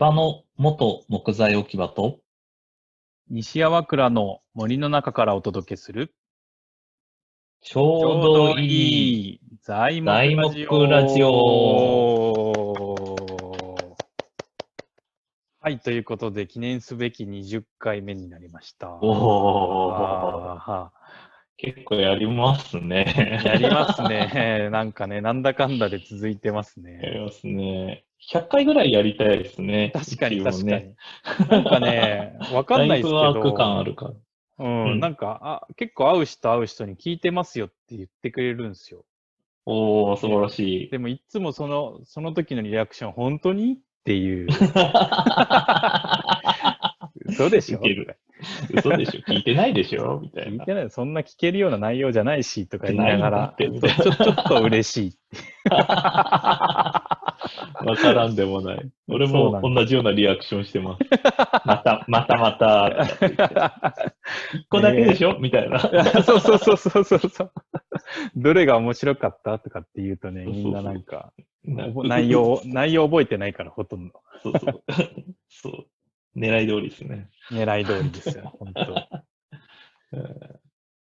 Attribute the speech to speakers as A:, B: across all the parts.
A: 場の元木材置き場と
B: 西粟倉の森の中からお届けする、
A: ちょうどいい。
B: い材木
A: 材
B: ラジオ
A: 木ラジオ
B: はい、ということで、記念すべき20回目になりました。
A: おー、
B: あ
A: 結構やりますね
B: ー。やります ね。なんかね、なんだかんだで続いてます
A: や
B: ね。
A: りますね。100回ぐらいやりたいですね。
B: 確かに
A: 一応
B: 確か
A: ね
B: に。なんかね、わかんない
A: ライ
B: で
A: フ
B: すけ
A: ワーク感
B: ど
A: あ、るから。
B: う、
A: うんん
B: なんかあ、結構会う人会う人に聞いてますよって言ってくれるんですよ。
A: おー、素晴らしい。
B: でもいつもその、その時のリアクション、本当にっ ていう、嘘で しょ
A: いける嘘でしょ聞いてないでしょみたい
B: 聞い
A: な。
B: てない、そんな聞けるような内容じゃないしとか言いながら、
A: ない
B: ち
A: ん
B: ょ
A: だって
B: ちょちょっと嬉しい。
A: わからんでもない。俺
B: そうな
A: も
B: んだ
A: 同じようなリアクションしてます。また、またまた。 一個だけでしょ、みたいな。
B: そうそうそうそうそうそう。どれが面白かったとかって言うとね、
A: そうそう
B: み
A: そうん
B: ななんか、
A: なんか
B: 内。容、内容覚えてないからほとんど
A: そうそう。 そう。狙い通りですね。
B: 狙い通りですよ、本当。
A: うん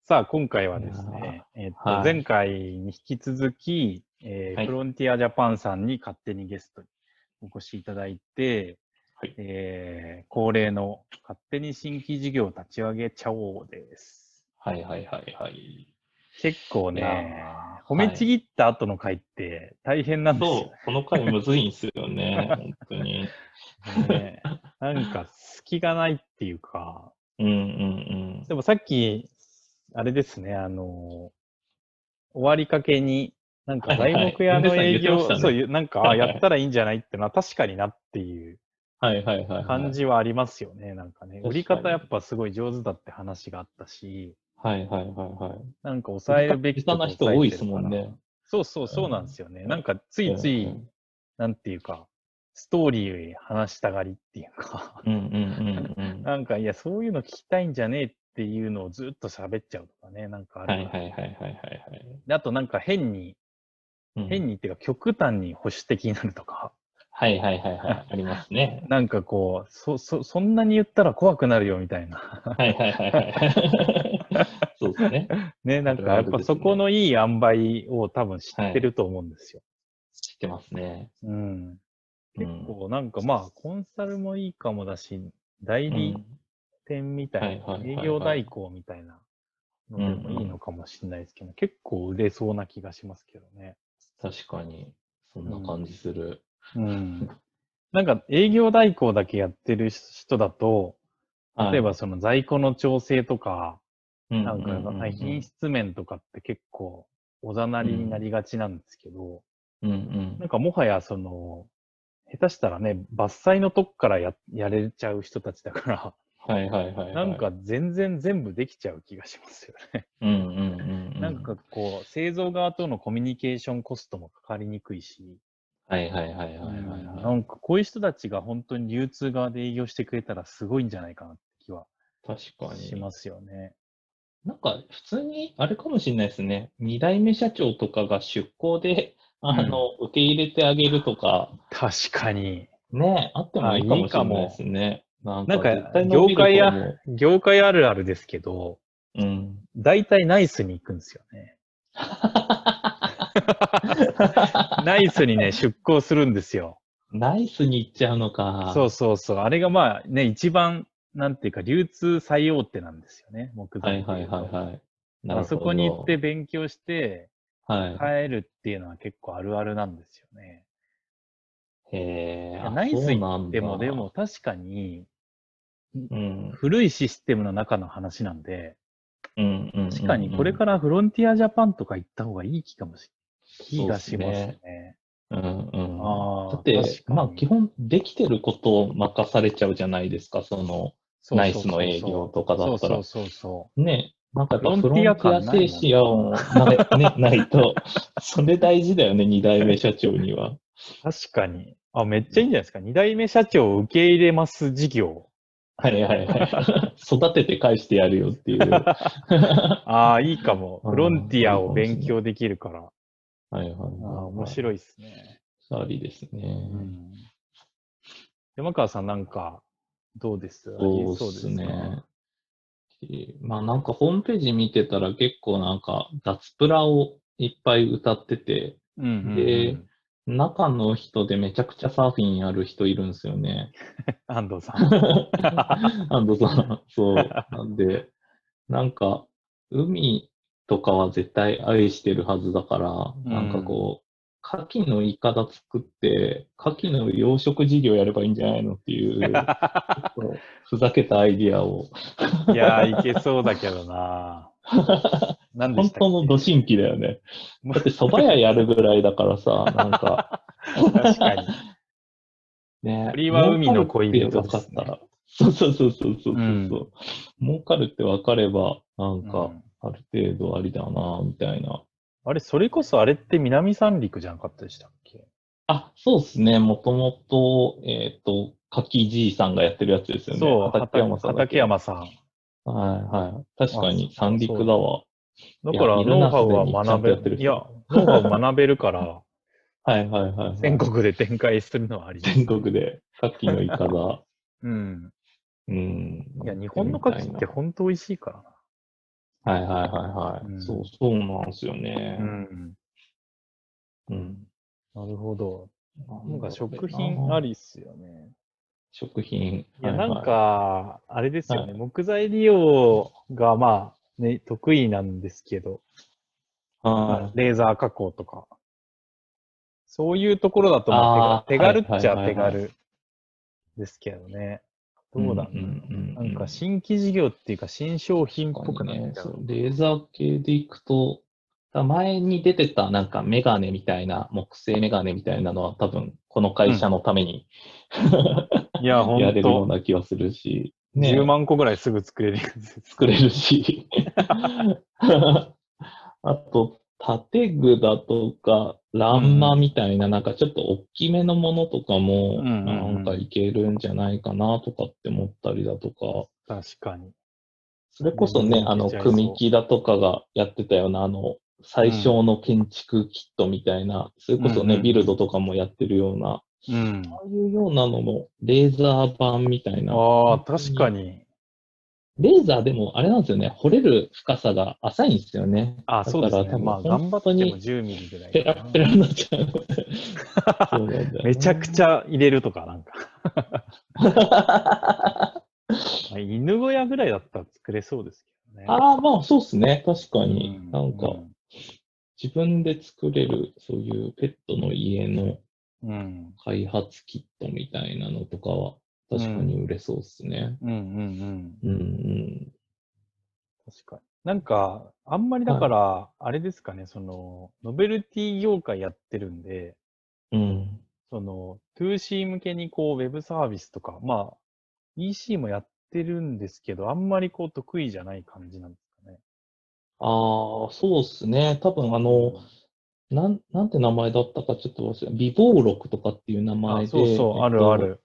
B: さあ、今回はですね、えっと
A: はい
B: 前回に引き続き、えー
A: はい
B: フロンティアジャパンさんに勝手にゲストにお越しいただいて、
A: はい
B: えー恒例の勝手に新規事業立ち上げちゃおうです。
A: はいはいはいはい。
B: 結構
A: いや
B: ね、褒めちぎった後の回って大変なんです
A: そ
B: よ
A: う、この回むずいんすよね、本当に。
B: ね。なんか隙がないっていうか、
A: うんうん
B: でもさっき、あれですね、あの、終わりかけに、なんか
A: はい
B: 材
A: はい
B: 木屋の営業、
A: 皆さん言ってましたね
B: そういう、なんか、
A: は
B: あ
A: いはい
B: やったらいいんじゃないってのは 確かになっていう
A: うん。はいはいはい、はい。
B: 感。じはありますよね、なんかね。
A: 確かに
B: 売り方やっぱすごい上手だって話があったし、
A: はいはいはいはい。
B: なんか抑えるべき
A: 下
B: とこ
A: 手な人
B: 抑
A: 多
B: え
A: い
B: て
A: で
B: る
A: す
B: から
A: もんね。
B: そうそう、そうなんですよね。なんか、つ
A: つ
B: いつい、なんていうか、ストーリーより話したがりっていうか、
A: うんうんうん うん。は
B: なんか、いや、そういうの聞きたいんじゃねえっていうのをずっと喋っちゃうとかね、なんかあ
A: い
B: る
A: は
B: ない
A: はいはいはいはい
B: であとなんか変に、
A: うん。
B: 変にっていうか極端に保守的になるとか、
A: はいはいはいはい。ありますね。
B: なんかこう、そ、そ、そんなに言ったら怖くなるよみたい な。
A: はいはいはい はい。そうですね。
B: ね、なんか
A: あ
B: や
A: るあ
B: っ
A: る
B: ぱ
A: ですね
B: そこのいい塩梅を多分知ってると思うんですよ。
A: 知ってますね。
B: うん。
A: う
B: 結
A: ん
B: 構なんかまあ、コンサルもいいかもだし、代理店みたい
A: はい
B: な
A: は、いはい
B: 営
A: はい
B: 業代行みたいなのでもいいのかもしれないですけど、結構売れそうな気がしますけどね。
A: 確かに、そんな感じする。
B: うん。なんか営業代行だけやってる人だと、
A: はい
B: 例えば、その在庫の調整とか、
A: な
B: なんか品質面とかって結構おざなりになりがちなんですけど、
A: うんうん
B: なんかもはやその、下手したらね、伐採のとこからややれちゃう人たちだか
A: はいはいはいは
B: ら、
A: い。
B: なん、か全然全部できちゃう気がしますよね。
A: うんうんうん。
B: なんか、こう、製造側とのコミュニケーションコストもかかりにくいし、
A: はいはいはいはいはい
B: な
A: はい。
B: んかこういう人たちが本当に流通側で営業してくれたらすごいんじゃないかなって気は
A: 確かに。
B: しますよね。
A: なんか、普通に、あれかもしれないですね。二代目社長とかが出向で、あの、受け入れてあげるとか、
B: 確かに。
A: ね、あってもいいかもしれないですね。なんか、絶対伸びると
B: なん
A: 思う。
B: 業界あるあるですけど、
A: うん。
B: 大体ナイスに行くんですよね。ナイスにね、出向するんですよ。
A: ナイスに行っちゃうのか。
B: そうそうそう。あれがまあね、一番、なんていうか、流通最大手なんですよね、木
A: はい
B: 材で
A: はいいう
B: と。
A: はいはい。なるほど
B: あそこに行って、勉強して
A: は
B: 帰るっていうのは結構あるあるなんですよね。
A: い。へ
B: い
A: え
B: や。ナイス行って
A: そ
B: も、
A: うなんだ
B: でも、確かに
A: うん、
B: 古いシステムの中の話なんで、
A: うんうんうんうん。
B: 確かにこれからフロンティアジャパンとか行った方がいい気かもし気がします
A: そうっ
B: ね。
A: すね。うんうん。
B: ああ
A: だって
B: 確、かに
A: まあ基本できてることを任されちゃうじゃないですか、その、ナイスの営業とかだったら
B: そうそうそうそ
A: ね、なんかやっぱ
B: フ
A: フ
B: ロ
A: ロン
B: ンテ
A: テ
B: ィア
A: ィ
B: 感
A: ア精神をな,、ね、ない と、それ大事だよね、二代目社長には。
B: う。確かに。あ、めっちゃいいんじゃないですか。二代目社長を受け入れます事業。
A: はいはいはい。 育てて返してやるよって いう。は
B: ああ、いいかも。
A: うん
B: フロンティアを勉強できるから。あ
A: いはいはい。
B: あー、面
A: い。
B: 白いですね。
A: ありですね。
B: うん山川さんなんか、どうです
A: そう
B: あり
A: です
B: か
A: ね。まあなんかホームページ見てたら結構なんか脱プラをいっぱい歌ってて、
B: うんうんうん
A: で中の人でめちゃくちゃサーフィンやる人いるんですよ ね。
B: 安藤さん。
A: 安藤さん、そう。なんで、なんか海とかは絶対愛してるはずだから、なんかこう、牡蠣のイカダ作って、牡蠣の養殖事業やればいいんじゃないのっていう、ちょっとふざけたアイディアを
B: いやー、いけそうだけど ななんで
A: 本
B: したっけ
A: 当のド新規だよね。だって蕎麦屋やるぐらいだから さ、なんか、
B: 確かに。
A: ね。
B: 鳥は海の恋
A: 儲
B: 人
A: かるって分
B: で
A: かっ
B: すね
A: たら。そうそうそうそうそうそう、
B: うん
A: 儲かるって分かれば、なん
B: う
A: か、
B: ん
A: ある程度ありだな、みたいな。
B: あれ、それこそあれって南三陸じゃなかったでしたっけ
A: あ、そうですね。もともと、えっ、と、柿じいさんがやってるやつですよね。
B: そう、
A: 畠山さんだっ
B: 畠
A: け。
B: 山さん。
A: はいはい。確かに
B: あそう
A: 三陸だわ。
B: だから、
A: いや
B: ノウハウ
A: みんな
B: は
A: すでにちゃんとや
B: 学
A: って
B: べ
A: る
B: る。
A: 人
B: いや、ノウハウ学べるから、
A: はいはいはい、はい。
B: 全。国で展開するのはありです
A: 全国で、柿のイカ だ。
B: うん。
A: うん。
B: いや、日本の牡蠣って本当美味しいから
A: はいはいはいはい。
B: うん
A: そう、そうなんですよね
B: な。。ん。
A: うん。
B: なるほど。
A: な
B: なん
A: ん
B: か
A: か
B: 食品あ。りっすよね。
A: 食品。
B: いや、
A: はは
B: なん、か、あれですよ
A: は
B: ね。木材利用が、まあ、ね、得意なんですけど、
A: は
B: レーザー加工とか。そういうところだと、まあ
A: あー
B: 手が手軽っちゃ
A: はいはい
B: 手
A: はいはい
B: 軽ですけどね。
A: い。
B: どうだ
A: んん
B: なんか新規事業っていうか新商品っぽくな
A: ね
B: っちゃ
A: そうう。レーザー系でいくと、だ前に出てたなんかメガネみたいな、木製メガネみたいなのは多分この会社のために、
B: いや、ほ
A: やれ
B: ん
A: るよう
B: と。
A: な気がするし、ね、
B: 10万個ぐらいすぐ作れるやつです。
A: 作れるし。 あと、建具だとか、ランマみたいな、なんかちょっと大きめのものとかも、
B: うんうんうん
A: なんかいけるんじゃないかなとかって思ったりだとか、
B: 確かに。
A: それこそね
B: う、ん
A: あの、
B: できちゃいそう
A: 組木だとかがやってたような、あの、最小の建築キットみたいな、それこそ
B: うんうんう
A: ね、
B: ん
A: ビルドとかもやってるような、
B: うん。
A: ああいうようなのも、レーザー版みたいな、
B: ああ、確かに。
A: レーザーでもあれなんですよね、掘れる深さが浅いんですよね。
B: あそうですね。まあ、頑張っ
A: 本当
B: ても
A: に
B: 10ミリぐらい
A: ペ
B: か
A: ラ
B: な。
A: ッペラになっちゃう。そうなんだよね
B: めちゃくちゃ入れるとか、なんか。
A: あ
B: まあ犬小屋ぐらいだったら作れそうですけどね。
A: あ、まあそうっすね。確か
B: う
A: に。なんか、自分で作れる、そういうペットの家の
B: うん。うん。
A: 開発キットみたいなのとかは、確かに売れそうっすね。
B: うんうんうん。
A: うんうん。
B: 確かに。なんか、あんまりだから、あれですかね、その、ノベルティ業界やってるんで、
A: うん。
B: その、2C 向けにこう、ウェブサービスとか、まあ、EC もやってるんですけど、あんまりこう、得意じゃない感じなんですかね。
A: ああ、そうっすね。多分あの、なん、なんて名前だったかちょっと忘れ、微暴録とかっていう名前
B: あ、
A: で、
B: そうそう、あるあ
A: えっ
B: る。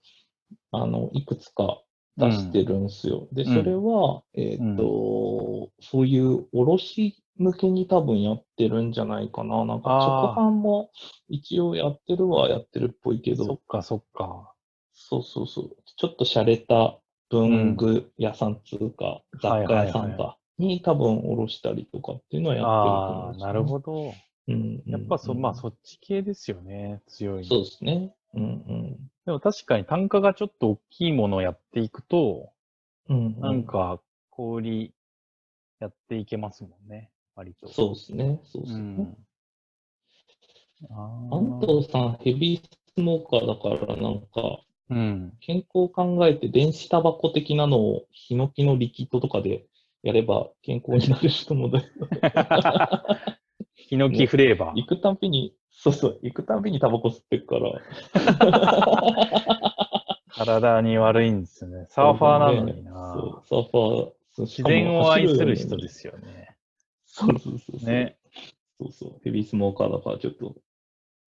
A: と。あの、いくつか出してるんですよ。で、
B: うん
A: それは、えっと、そういう卸向けに多分やってるんじゃないかな。なんか
B: あー
A: 直販も一応やってるはやってるっぽいけ
B: そっ
A: ど、
B: か、そっか。
A: そうそうそう。ちょっと洒落た文具屋さんつうか、雑貨屋さ
B: はいはい
A: ん
B: はい
A: かに多分卸したりとかっていうのはや
B: あ
A: ってると思うんで
B: あ、
A: すよ
B: な
A: ね
B: るほど。
A: うんうん
B: やっぱそ、
A: うん
B: まあ、そっち系ですよね、強いの。
A: そうですね。うん
B: でも確かに単価がちょっと大きいものをやっていくと、
A: うん。うんうん
B: なんか、氷、やっていけますもんね、割と。
A: そうですね。そうです
B: う
A: ね。
B: ん。ああ。
A: 安藤さん、ヘビースモーカーだから、なんか、
B: うん。
A: 健康を考えて電子タバコ的なのを、ヒノキのリキッドとかでやれば健康になる人もだ よ
B: ヒノキフレーバー。
A: 行くたんびに、そうそう、行くたんびにタバコ吸ってるから。
B: 体に悪いんですよね。サーファーなのにな。
A: そう、サーファーそう。し
B: 自
A: かも
B: 然を愛する
A: 走
B: 人
A: ように
B: ですよね。
A: そうそうそうそう。
B: ね。
A: そうそう。ヘビースモーカーだから、ちょっと、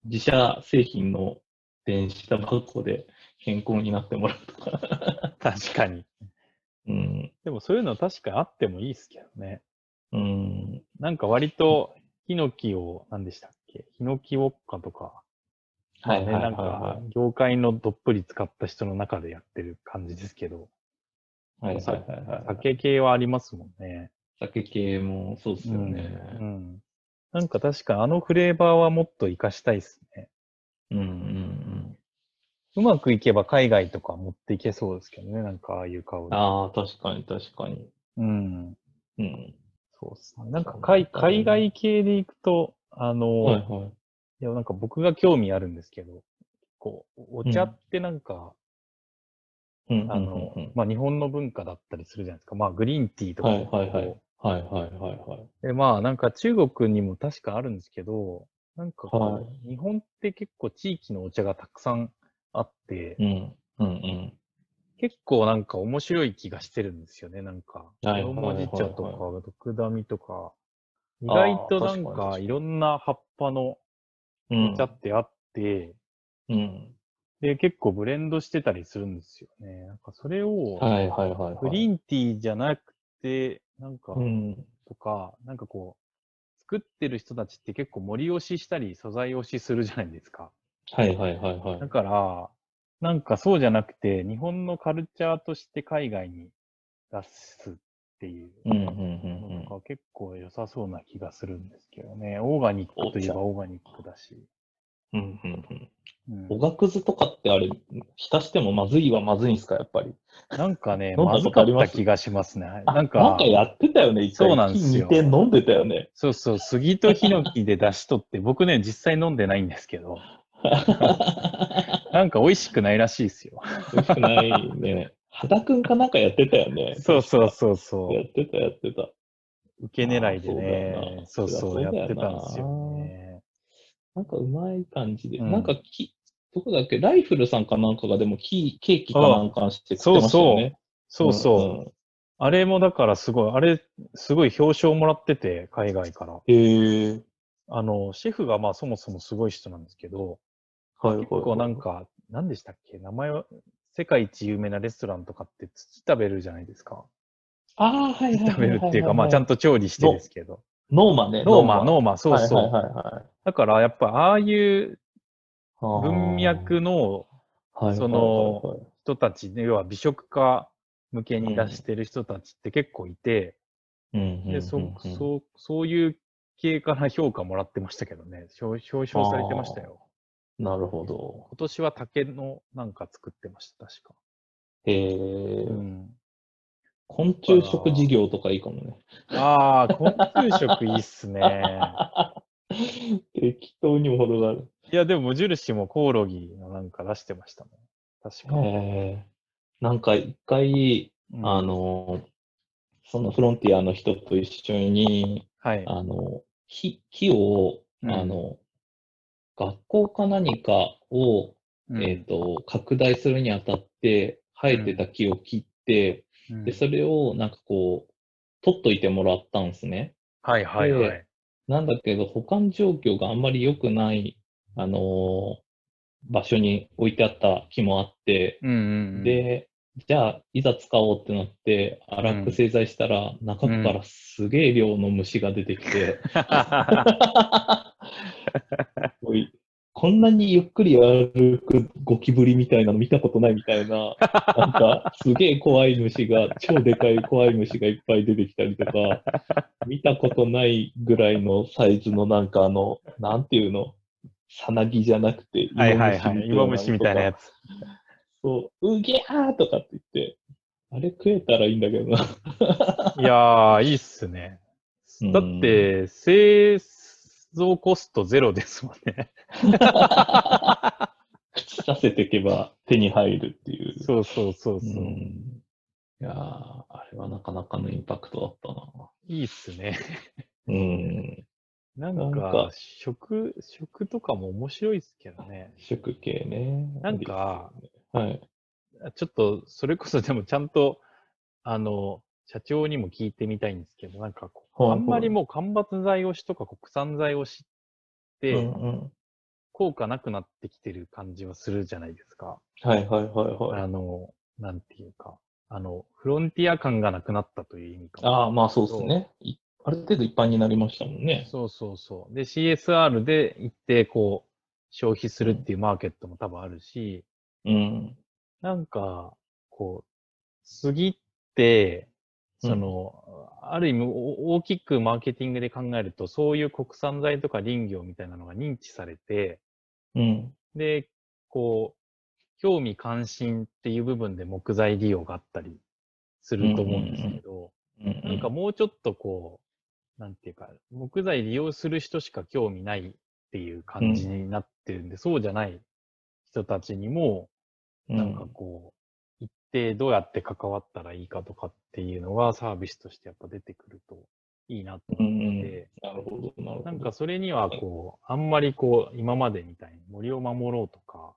A: 自社製品の電子タバコで健康になってもらうとか。
B: 確かに。
A: うん。
B: でもそういうの確かにあってもいいですけどね。
A: うん。
B: なんか割と、ヒノキを、何でしたっけヒノキウォッカとか、まあね、
C: はいはいは
B: ないん
C: はい
B: か、業界のどっぷり使った人の中でやってる感じですけど、
A: はいはいはいはい。
B: 酒系はありますもんね。
A: 酒系もそうですよね。
B: うん。うんなんか確かあのフレーバーはもっと活かしたいですね。
A: うんうん
B: うまくいけば海外とか持っていけそうですけどね、なんかああいう香
A: うん。
B: り。
A: ああ、確かに確かに。
B: うん。
A: うん。
B: そうっすね。なんか海海外系で行くと、あの、
A: はい
B: い、
A: はい。
B: やなんか僕が興味あるんですけど、こう、お茶ってなんか、
A: うんうん
B: あの
A: うんうん、
B: まあ、日本の文化だったりするじゃないですか。まあ、グリーンティーとか
A: は
B: も
A: いはいはい
B: こ。
A: はいはいはいはい。
B: うで、まあ、なんか中国にも確かあるんですけど、なんかこう、
A: は
B: 日本って結構地域のお茶がたくさんあって、
A: うん。うんうん。
B: 結構なんか面白い気がしてるんですよね、なんか。
A: はい
B: ロモジ茶と
A: はいはい
B: か、ドクダミとか。意
A: あー
B: 外と
A: 確
B: なん
A: かに確
B: か
A: かに
B: いろんな葉っぱの
A: うん
B: お茶ってあって、
A: うん。
B: で、結構ブレンドしてたりするんですよね。なんかそれを、
A: はいはいはいはい。
B: グリーンティーじゃなくて、なんか、
A: うん。
B: とか、なんかこう、作ってる人たちって結構盛り押ししたり素材押しするじゃないですか。
A: はいはいはいはい
B: だ。から、なんかそうじゃなくて、日本のカルチャーとして海外に出すっていう
A: うんうんうんう
B: の
A: ん。
B: が結構良さそうな気がするんですけどね。オーガニックといえばオーガニックだし。
A: うんうんうん。
B: うん
A: おがくずとかってあれ、浸してもまずいはまずいんすか、やっぱり。
B: なんかね、
A: 飲ん
B: ま
A: だ
B: ず
A: こ
B: か
A: とあ
B: っ
A: り
B: た
A: ます
B: 気がしますね。
A: あ
B: なん
A: なん
B: か
A: か、やってたよね、一回。
B: そうなんですよ
A: 木煮て飲んでたよね。
B: そうそう、杉とヒノキで出しとって、僕ね、実際飲んでないんですけど、なんか美味しくないらしいですよ。
A: 美味しくない ね。肌くんかなんかやってたよね。
B: そうそうそうそう。
A: やってた、やってた。
B: 受け狙いで
A: あー
B: ね、そ
A: そううだよな
B: そ
A: そ
B: う
A: り
B: や
A: ゃ
B: っ
A: そうだよな
B: てたんですよね。
A: なんかうまい感じで。
B: うん
A: なんかき、どこだっけライフルさんかなんかがでもキーケーキかなんかして作ってましたよね。
B: そうそう。
A: んん
B: あれもだからすごい、あれ、すごい表彰もらってて、海外から。
A: へえ。
B: あの、シェフがまあそもそもすごい人なんですけど、
A: はいはいはい。
B: 結構なんか、何でしたっけ名前は、世界一有名なレストランとかって土食べるじゃないですか。
A: ああ、はいはいはいはいはい。
B: 食べるっていうか、まあちゃん
A: と。
B: と調理してですけど。
A: ノーマね。
B: ノーマ、ノーマ、そう
A: はい
B: そう。
A: はいはいはい
B: だからやっぱああいう
A: あー
B: 文脈の
A: はいはいはいはい
B: その、人たち、要は美食家向けに出してる人たちって結構いて、
A: うんうんうんうん
B: で、そ、そう、そういう系から評価もらってましたけどね、表表彰されてましたよ。
A: なるほど。
B: 今年は竹のなんか作ってました、確か。
A: へえ、
B: うん、
A: 昆虫食事業とかいいか もね。
B: ああ、昆虫食いいっすね。
A: 適当にも程がある。
B: いや、でも無印もコオロギのなんか出してましたね。確か。
A: へえ。なんか一回、
B: うん
A: あ、の、そのフロンティアの人と一緒に、
B: はい。
A: あの、木、木を、
B: うん
A: あの、学校か何かを、
B: うん
A: えっ、と、拡大するにあたって、生えてた木を切って、
B: うん
A: で、それをなんかこう、取っといてもらったんですね。
B: はいはいはい。
A: なんだけど、保管状況があんまり良くない、あのー場所に置いてあった木もあって、
B: うんうんうん、
A: で、じゃあ、いざ使おうってなって、
B: うん
A: 荒く製剤したら、中からすげえ量の虫が出てきて、 おいこんなにゆっくり歩くゴキブリみたいなの見たことないみたいな、なんか、すげえ怖い虫が、超でかい怖い虫がいっぱい出てきたりとか、見たことないぐらいのサイズのなんかあの、なんていうの、さなぎじゃなくて、
B: はいはいはい。芋虫みたいなや
A: つ。
B: つ。
A: そう、うぎゃーとかって言って、あれ食えたらいいんだけどな。
B: いやー、いいっすね。
A: うん
B: だって、製造コストゼロですもんね。
A: 口させていけば手に入るっていう。
B: そうそうそうそう、
A: んいやー、あれはなかなかのインパクトだったな。
B: いいっすね。
A: うん。
B: なん
A: んか
B: か、食、食とかも面白いっすけどね。
A: 食系ね。
B: なんか
A: いいっすよね、はい。
B: ちょっと、それこそでもちゃんと、あの、社長にも聞いてみたいんですけど、なんか
A: は
B: こう、
A: い
B: あ
A: はい
B: んまりもう間伐材推しとか国産材推しって
A: うんうん
B: 効果なくなってきてる感じはするじゃないですか。
A: はいはいはいはい。
B: あの、なんていうか、あの、フロンティア感がなくなったという意味かも。
A: ああ、まあそうですね。いある程度一般になりましたもんね。
B: そうそうそう。で、CSR で一定こう、消費するっていうマーケットも多分あるし、
A: うん。
B: なんか、こう、杉って、その、ある意味お大きくマーケティングで考えると、そういう国産材とか林業みたいなのが認知されて、
A: うん。
B: で、こう、興味関心っていう部分で木材利用があったりすると思うんですけど、
A: うん。
B: なんかもうちょっとこう、なんていうか、木材利用する人しか興味ないっていう感じになってるんで、そうじゃない人たちにも、
A: うん、
B: なんかこう、一定どうやって関わったらいいかとかっていうのがサービスとしてやっぱ出てくるといいなと
A: うん、う
B: 思っ
A: ん。な
B: て、
A: るほど、なるほど。
B: なんかそれにはこう、あんまりこう、今までみたいに森を守ろうとか、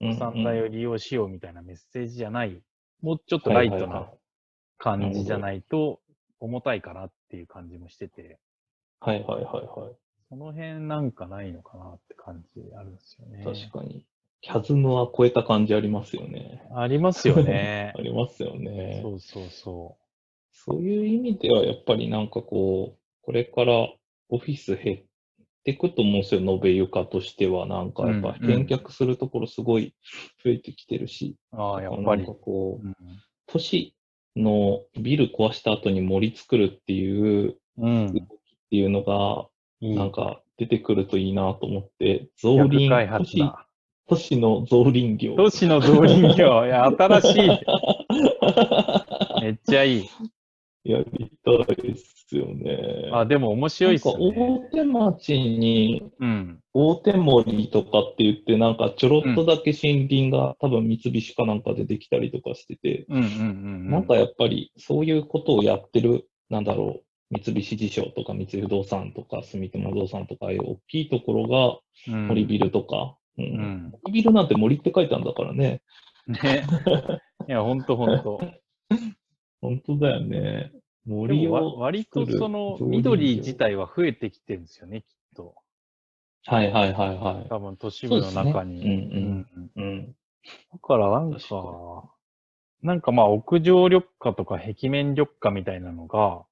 B: 国産材を利用しようみたいなメッセージじゃない、もうちょっとライトな感じじゃないと重たいかなっていう感じもしてて、
A: はいはいはいは
B: その辺なんかないのかなって感じあるんですよね
A: い。。確かに。キャズムは超えた感じありますよね。
B: ありますよね
A: あ。りますよね。
B: そうそうそ
A: そういう意味では、やっぱりなんかこう、これからオフィス減っていくと思うんですよ、延べ床としては。なんかやっぱ
B: うんう
A: 返
B: ん
A: 却するところすごい増えてきてるし、
B: う。ああ、やっぱり
A: なん。かこう、
B: うん
A: 都市のビル壊した後に森作るっていう、っ
B: うん。
A: ていうのが、
B: いい
A: なんか出てくるといいなと思って、造
B: 薬
A: 林、
B: 開
A: 都
B: 発
A: 市、
B: だ。
A: 都市の造林業。
B: 都市の造林業。いや、新しい。めっちゃいい。
A: やりたいですよね。
B: あ、でも面白いっす
A: なんか大
B: ね。
A: 手町に
B: うん。
A: 大手森とかって言って、なんかちょろっとだけ森林が、多分三菱かなんかでできたりとかしてて、
B: うんうんうん。
A: なんか、やっぱりそういうことをやってる、なんだろう、三菱地所とか三井不動産とか住友不動産とかああいう大きいところ
B: う
A: が
B: ん、
A: 森ビルとか、う
B: うんん。
A: 森ビルなんて森って書いたんだからね。
B: ね。 いや、ほんとほんと。
A: 本当だよね。森
B: でもわ
A: を。
B: 割とその
A: 造林業
B: 緑自体は増えてきてるんですよね、きっと。
A: はいはいはいは
B: 多分都市部の中に。
A: そうですねうんうん
B: うん
A: い。うん。
B: だからなんか
A: 確か、
B: なんかまあ屋上緑化とか壁面緑化みたいなのが、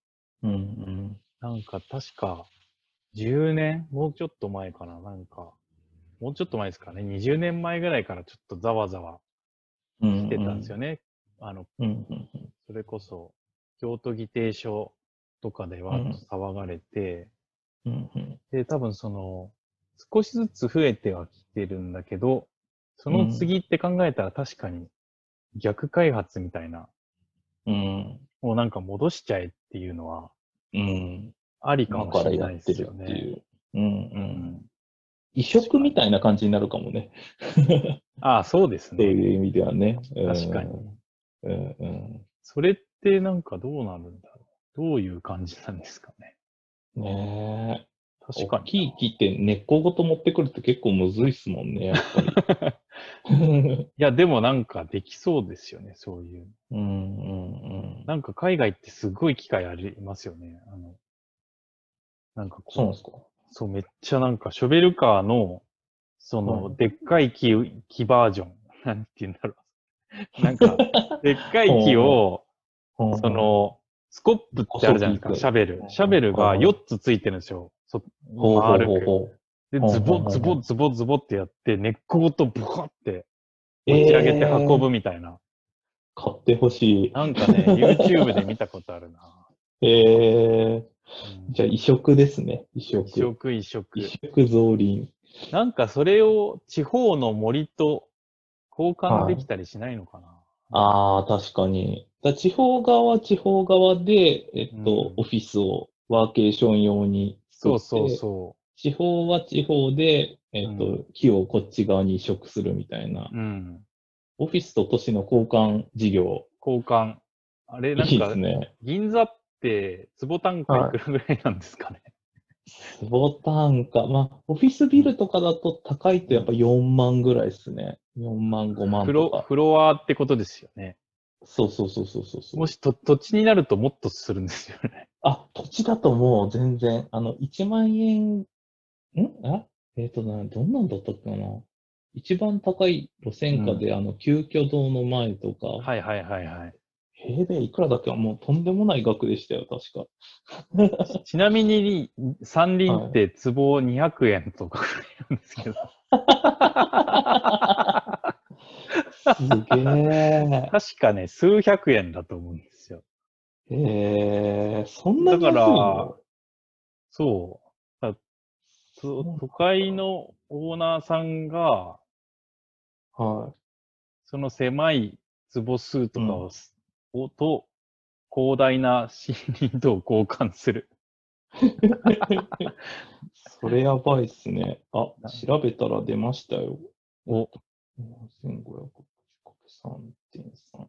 A: うんうん。
B: なんか確か、10年もうちょっと前かななんか、もうちょっと前ですかね。20年前ぐらいからちょっとざわざわ
A: うん
B: してたんですよね。あの、
A: うんうん
B: それこそ、京都議定書とかでは
A: うん
B: 騒がれて、
A: うんうん
B: で、多分その、少しずつ増えてはきてるんだけど、その次って考えたら確かに逆開発みたいな、
A: うん。
B: もうなんか戻しちゃえっていうのは
A: うん。
B: ありか
A: 今
B: も
A: か
B: し
A: ら
B: れ
A: や
B: ないで
A: って
B: す
A: る
B: よ
A: ってい
B: ね。
A: う。うんう。
B: うんん
A: 移植みたいな感じになるかもね。
B: ああ、そうです
A: そう
B: ね。
A: いう意味ではね。うん
B: 確かに。
A: うんうん
B: それってなんかどうなるんだろう。どういう感じなんですかね。
A: ねえ。
B: 確か
A: 大
B: に。
A: きい木って根っこごと持ってくるって結構むずいっすもんね、やっぱ り。
B: いや、でもなんかできそうですよね、そういう。
A: うんうんうん。
B: なんか海外ってすごい機会ありますよね。あの、なんかこ
A: そうなんですか。
B: そう、めっちゃなんか、ショベルカーの、その、
A: うん
B: でっかい木、木バージョン。なんて言うんだろう。な んか、でっかい木を、
A: うん
B: そ、の、スコップってあるじゃないですか、シャベル
A: う。ん
B: シャベルが
A: うん
B: 4つついてるんですよ。そ
A: ほうほう
B: 丸
A: ほう
B: く
A: ほう。
B: で、
A: うん
B: ズボ
A: うん
B: ズボズボズボってやって、根っこごとボコって持
A: え
B: ち
A: え
B: 上げて運。ぶみたいな。
A: 買ってほしい。
B: なんか ね、YouTube で見たことあるな。
A: ええ。
B: うん
A: じゃあ移植ですね。移植。
B: 一食一食。
A: 移植造林。
B: なんかそれを地方の森と交換できたりしないのかな、
A: ああ、確かに。だ地方側は地方側で、えっと、
B: うん
A: オフィスをワーケーション用に
B: そ
A: 作っ
B: うそう
A: て、
B: そ
A: 地方は地方で、えっと、
B: う
A: 木をこっち側に移植するみたいな
B: う。。うん。
A: オフィスと都市の交換事業。
B: 交換。あれ、ないん
A: いで
B: か
A: す、ね。
B: 銀座って坪単価いくらぐらいなんですかね。
A: 坪単価。まあ、オフィスビルとかだと高いとやっぱ4万ぐらいですね。4万、5万と
B: フロ
A: か。
B: フロアってことですよね。
A: そうそうそうそうそうそう。
B: もしと土地になるともっとするんですよ ね。
A: あ、土地だともう全然、あの、1万円、んあえっ、とな、どんなんだったっけかな。一番高い路線価で、あの、急遽堂の前とか、
B: はいはいはいはい。
A: 平米いくらだっけもうとんでもない額でしたよ、確か。
B: ちなみに、山林って壺200円とかくらいなんです けど。
A: すげえ。
B: 確かね、数百円だと思うんですよ。
A: ええー、そんなに安い
B: だから
A: の
B: そう。だそう都会のオーナーさんが、
A: は
B: その狭い壺数とかをす、をと、広大な森林とを交換する。
A: い。それやばいっすね。あ、調べたら出ましたよ。
B: お、
A: 4550×3.3。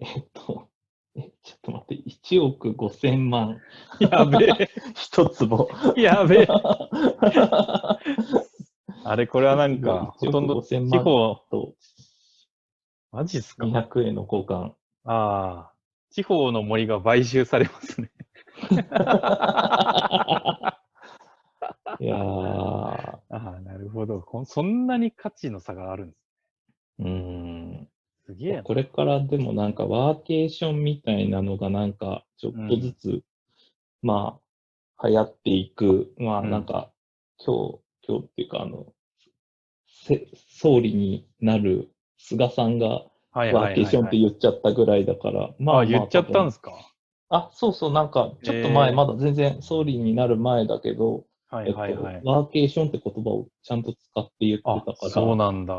A: えっと、え、ちょっと待って、1億5000万、
B: やべ
A: 一坪。
B: え、やべえ。 あれ、これはなん か、ほとんど
A: 地
B: 地方、
A: と
B: マジっすか
A: 200円の交換。
B: ああ、地方の森が買収されますね。
A: いやー、
B: ああ、なるほどこん。そんなに価値の差があるんで
A: うーん。
B: す。すげえな。
A: これからでもなんかワーケーションみたいなのがなんかちょっとずつ、まあ、流行っていく。まあ
B: うん
A: なんか、今日、今日っていうかあの、せ総理になる菅さんが
B: はい
A: ワーケーションって言っちゃったぐらいだから、ま
B: ああ、言っちゃったん
A: です
B: ですか。
A: あ、そうそう、なんか、ちょっと前、
B: えー
A: まだ全然総理になる前だけど、
B: は
A: え
B: い
A: っと
B: はいはい。
A: ワーケーションって言葉をちゃんと使って言って
B: あ
A: た、から、
B: そうなんだ。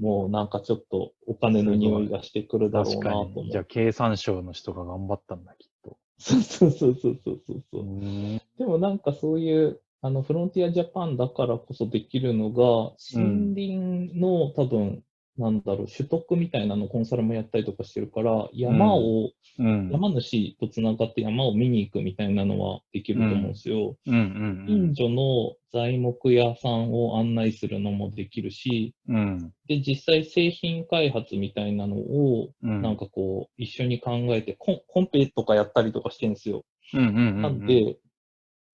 A: もうなんかちょっとお金の匂いがしてくるだろう
B: 確
A: な
B: か
A: と思
B: に。
A: っ
B: じゃ
A: て。
B: あ、経産省の人が頑張ったんだ、きっと。
A: そうそうそうそうそうそうう。
B: ーん
A: でもなんかそういう、あの、フロンティアジャパンだからこそできるのが、森林の多分、なんだろう、取得みたいなのコンサルもやったりとかしてるから、山を、
B: うん。
A: 山主とつながって山を見に行くみたいなのはできると思うんですよ。
B: うんうん
A: 近所の材木屋さんを案内するのもできるし、
B: うん。うん
A: で、実際製品開発みたいなのを、
B: うん。
A: なんかこう、一緒に考えて、コンコンペとかやったりとかしてるんですよ。
B: うんうんうんうん。
A: なんで、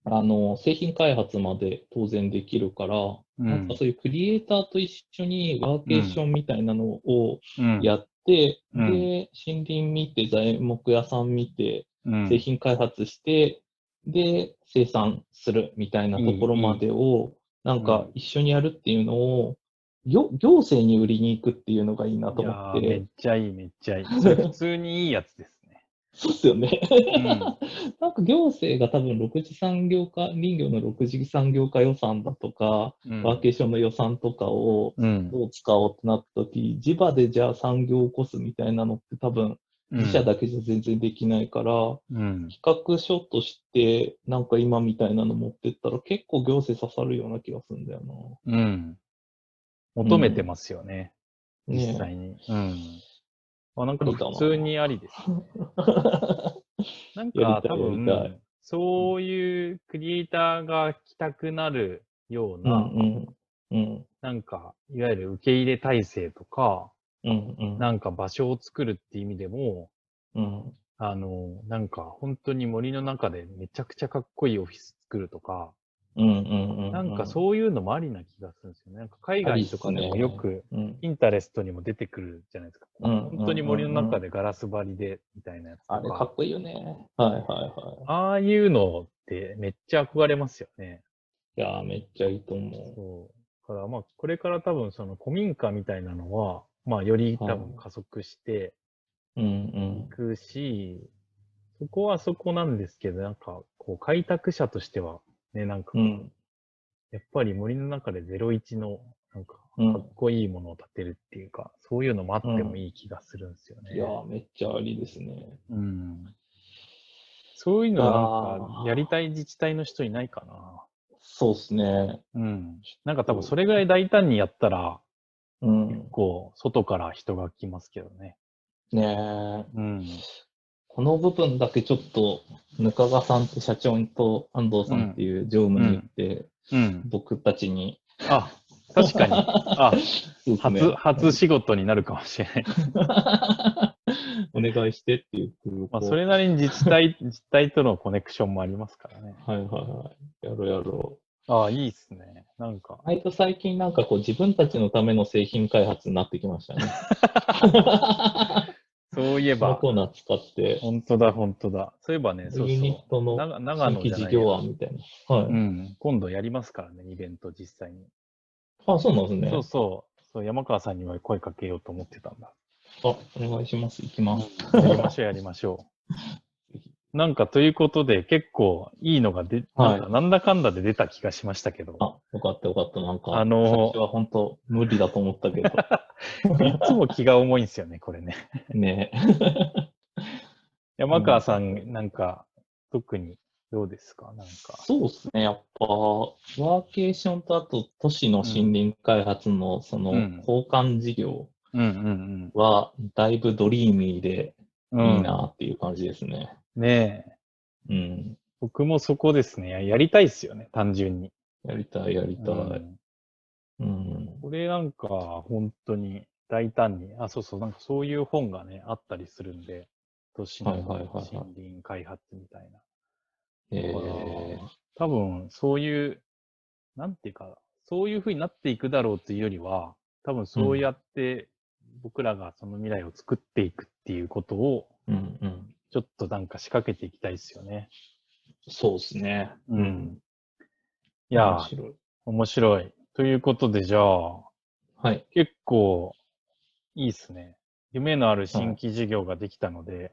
A: あの、製品開発まで当然できるから、
B: うん、
A: なんかそういうクリエイターと一緒にワーケーションみたいなのを
B: うん、
A: やって、
B: うん
A: で、森林見て、材木屋さん見て、
B: うん
A: 製品開発して、で、生産するみたいなところまでを、なんか一緒にやるっていうのを、行行政に売りに行くっていうのがいいなと
B: いや
A: 思っ、
B: ーめってちゃいい、めっちゃいい。それ普通にいいやつですね。
A: そうっすよね。
B: うん
A: なんか行政が多分、6次産業化、林業の6次産業化予算だとか、
B: うん
A: ワーケーションの予算とかを
B: うん
A: どう使おうってなった時、地場でじゃあ産業を起こすみたいなのって多分、自社だけじゃ全然できないから、
B: うん。
A: 企画書として、なんか今みたいなの持ってったら結構行政刺さるような気がするんだよ
B: うん。求めてますよね、
A: な。
B: 実
A: ね
B: 際に。うん。あ、なんか普通にありです。
A: やりたい
B: なんか多
A: やりた
B: 分、そういうクリエイターが来たくなるよう
A: え。う
B: な、
A: んうん。うん
B: なんか、いわゆる受け入れ体制とか、
A: うんうん。
B: なんか場所を作るって意味でも、
A: うん
B: あの、なんか本当に森の中でめちゃくちゃかっこいいオフィス作るとか、
A: うんうんうん。
B: なんかそういうのもありな気がするんですよね。なんか海外とかでもよく、
A: うん。うん
B: インタレストにも出てくるじゃないですか。
A: うんうんうんうん
B: 本当に森の中でガラス張りでみたいなやつと
A: あれか
B: か
A: っ。こいいよね。はいはいは
B: ああいうのってめっちゃ憧れますよね。
A: い。いやーめっちゃいいと思
B: そう。だからまあ、これから多分その古民家みたいなのは、まあ、より多
A: は
B: 分
A: い
B: 加速して
A: う。うん
B: いくし、そこはそこなんですけど、なんか、こう、開拓者としては、ね、なんか
A: うん。う、ん
B: やっぱり森の中で01の、なんか、
A: うん
B: かっこいいものを建てるっていうか、そういうのもあってもいい気がするんですよね。
A: いやーめっちゃありですね。
B: うんそういうのはなん
A: あー
B: かやりたい自治体の人いないかな。
A: そうっすね。
B: うん。なんか多分それぐらい大胆にやったら、
A: うん。
B: こう、外から人が来ますけどね。
A: ねえ。
B: うん。
A: この部分だけちょっと、ぬかがさんって社長と安藤さんっていう常務に言って、
B: うん。
A: 僕たちに。
B: あ、確かに。あ、
A: そうですね
B: 初、初仕事になるかもしれない。
A: お願いしてっていう。
B: まあ、それなりに自治体、 自治体とのコネクションもありますからね。
A: はいはいはい。やろうやろ
B: ああ、いいっすね。なんか
A: う。、割と最近なんかこう 自分たちのための製品開発になってきましたね。
B: そういえば、
A: コーナー使って、
B: 本当だ、本当だ。そういえばね、そう
A: ユニッ
B: そ
A: ト
B: う。
A: の
B: 長長
A: 新
B: 野
A: 規
B: じゃ
A: 事
B: ないや
A: 業案みたいな。はい。
B: うん。今度やりますからね、イベント実際に。
A: あ、そうなんですね。
B: そうそう。そう、山川さんには声かけようと思ってた んだ。
A: あ、お願いします。行きます。
B: やりましょう、やりましょう。なんか、ということで、結構いいのがで、
A: はい
B: なんかなんだかんだで出た気がしましたけど、
A: あ、よかったよかった。なんか、
B: あのー
A: 最初は本当無理だと思った けど。
B: いつも気が重いんですよね、これね。
A: ね
B: 山川さん、なんか、特にどうですかなんか。
A: そうですね。やっぱ、ワーケーションとあと都市の森林開発のその
B: うん
A: 交換事業
B: うんうん
A: はだいぶドリーミーで
B: う
A: い
B: ん。
A: いなっていう感じですね。
B: ね
A: う
B: え。
A: ん。
B: 僕もそこですね。ややりたいっすよね、単純に。
A: やりたい、やりた
B: う
A: い。う
B: ん
A: ん。
B: これなんか、本当に大胆に、あ、そうそう、なんかそういう本がね、あったりするんで、都市の
A: はいはいはい
B: 森
A: はい
B: 林開発みたいな。
A: え
B: だ
A: ー
B: から多分、そういう、なんていうか、そういう風になっていくだろうというよりは、多分そうやって僕らがその未来を作っていくっていうことを、
A: うんうん。
B: ちょっとなんか仕掛けていきたいですよね。
A: そうですね。
B: うん。い
A: い
B: や
A: 面
B: ー、
A: 白い。
B: 面白い。ということで、じゃあ、
A: はい。
B: 結構、いいっすね。夢のある新規事業ができたので、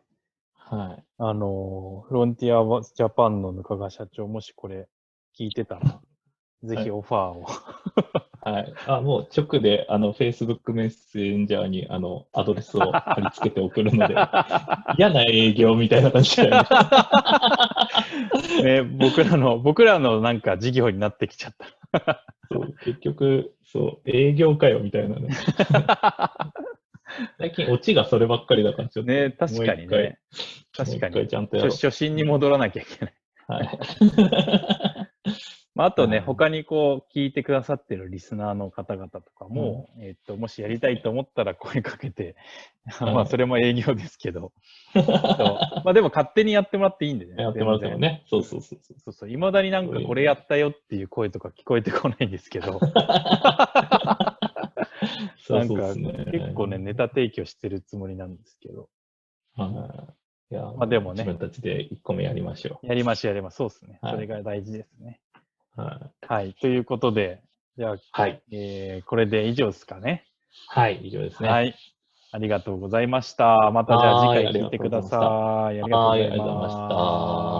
A: はい。
B: あのー、フロンティアジャパンのぬかが社長、もしこれ聞いてた ら、ぜひオファーを。
A: はい。あ、もう直で、あの、Facebook メッセンジャーに、あの、アドレスを貼り付けて送るの で、嫌な営業みたいな感じだよね。
B: ね、僕ら の、僕らのなんか事業になってきちゃっ
A: そう結局、そう、営業かよみたいな ね。
B: た。
A: 最近、オチがそればっかりだから、ちょっと。
B: ね、確かに
A: もう一
B: ね。確か
A: もう一回
B: に。
A: ちゃんとやろ
B: 初
A: う。
B: 初心に戻らなきゃいけない。
A: はい。
B: まあ、あとね、
A: うん
B: 他にこう、聞いてくださってるリスナーの方々とかも、えっと、もしやりたいと思ったら声かけて、
A: い
B: まあ、それも営業ですけ ど、そうまあ、でも勝手にやってもらっていいんで ね。
A: やってもらってもね。そうそうそうそう。
B: そうそう、いまだになんかこれやったよっていう声とか聞こえてこないんですけど、
A: そ
B: な
A: うんそう
B: か
A: っすね
B: 結構ね、ネタ提供してるつもりなんですけど、
A: はい。いや、
B: まあでもね
A: 自分たちで1個目やりましょ
B: やりましょうやりましょう。そうですね。
A: はい
B: それが大事ですね。
A: う。はい。
B: はい、ということで、じゃあ、
A: はい。
B: えーこれで以上ですかね。
A: はい、以上ですね。
B: はい。ありがとうございました。またじゃあ
A: はーい
B: 次回聞いてください。ありがとうご
A: は
B: ざ
A: い、あ
B: い
A: りがとうございまし
B: ま
A: た。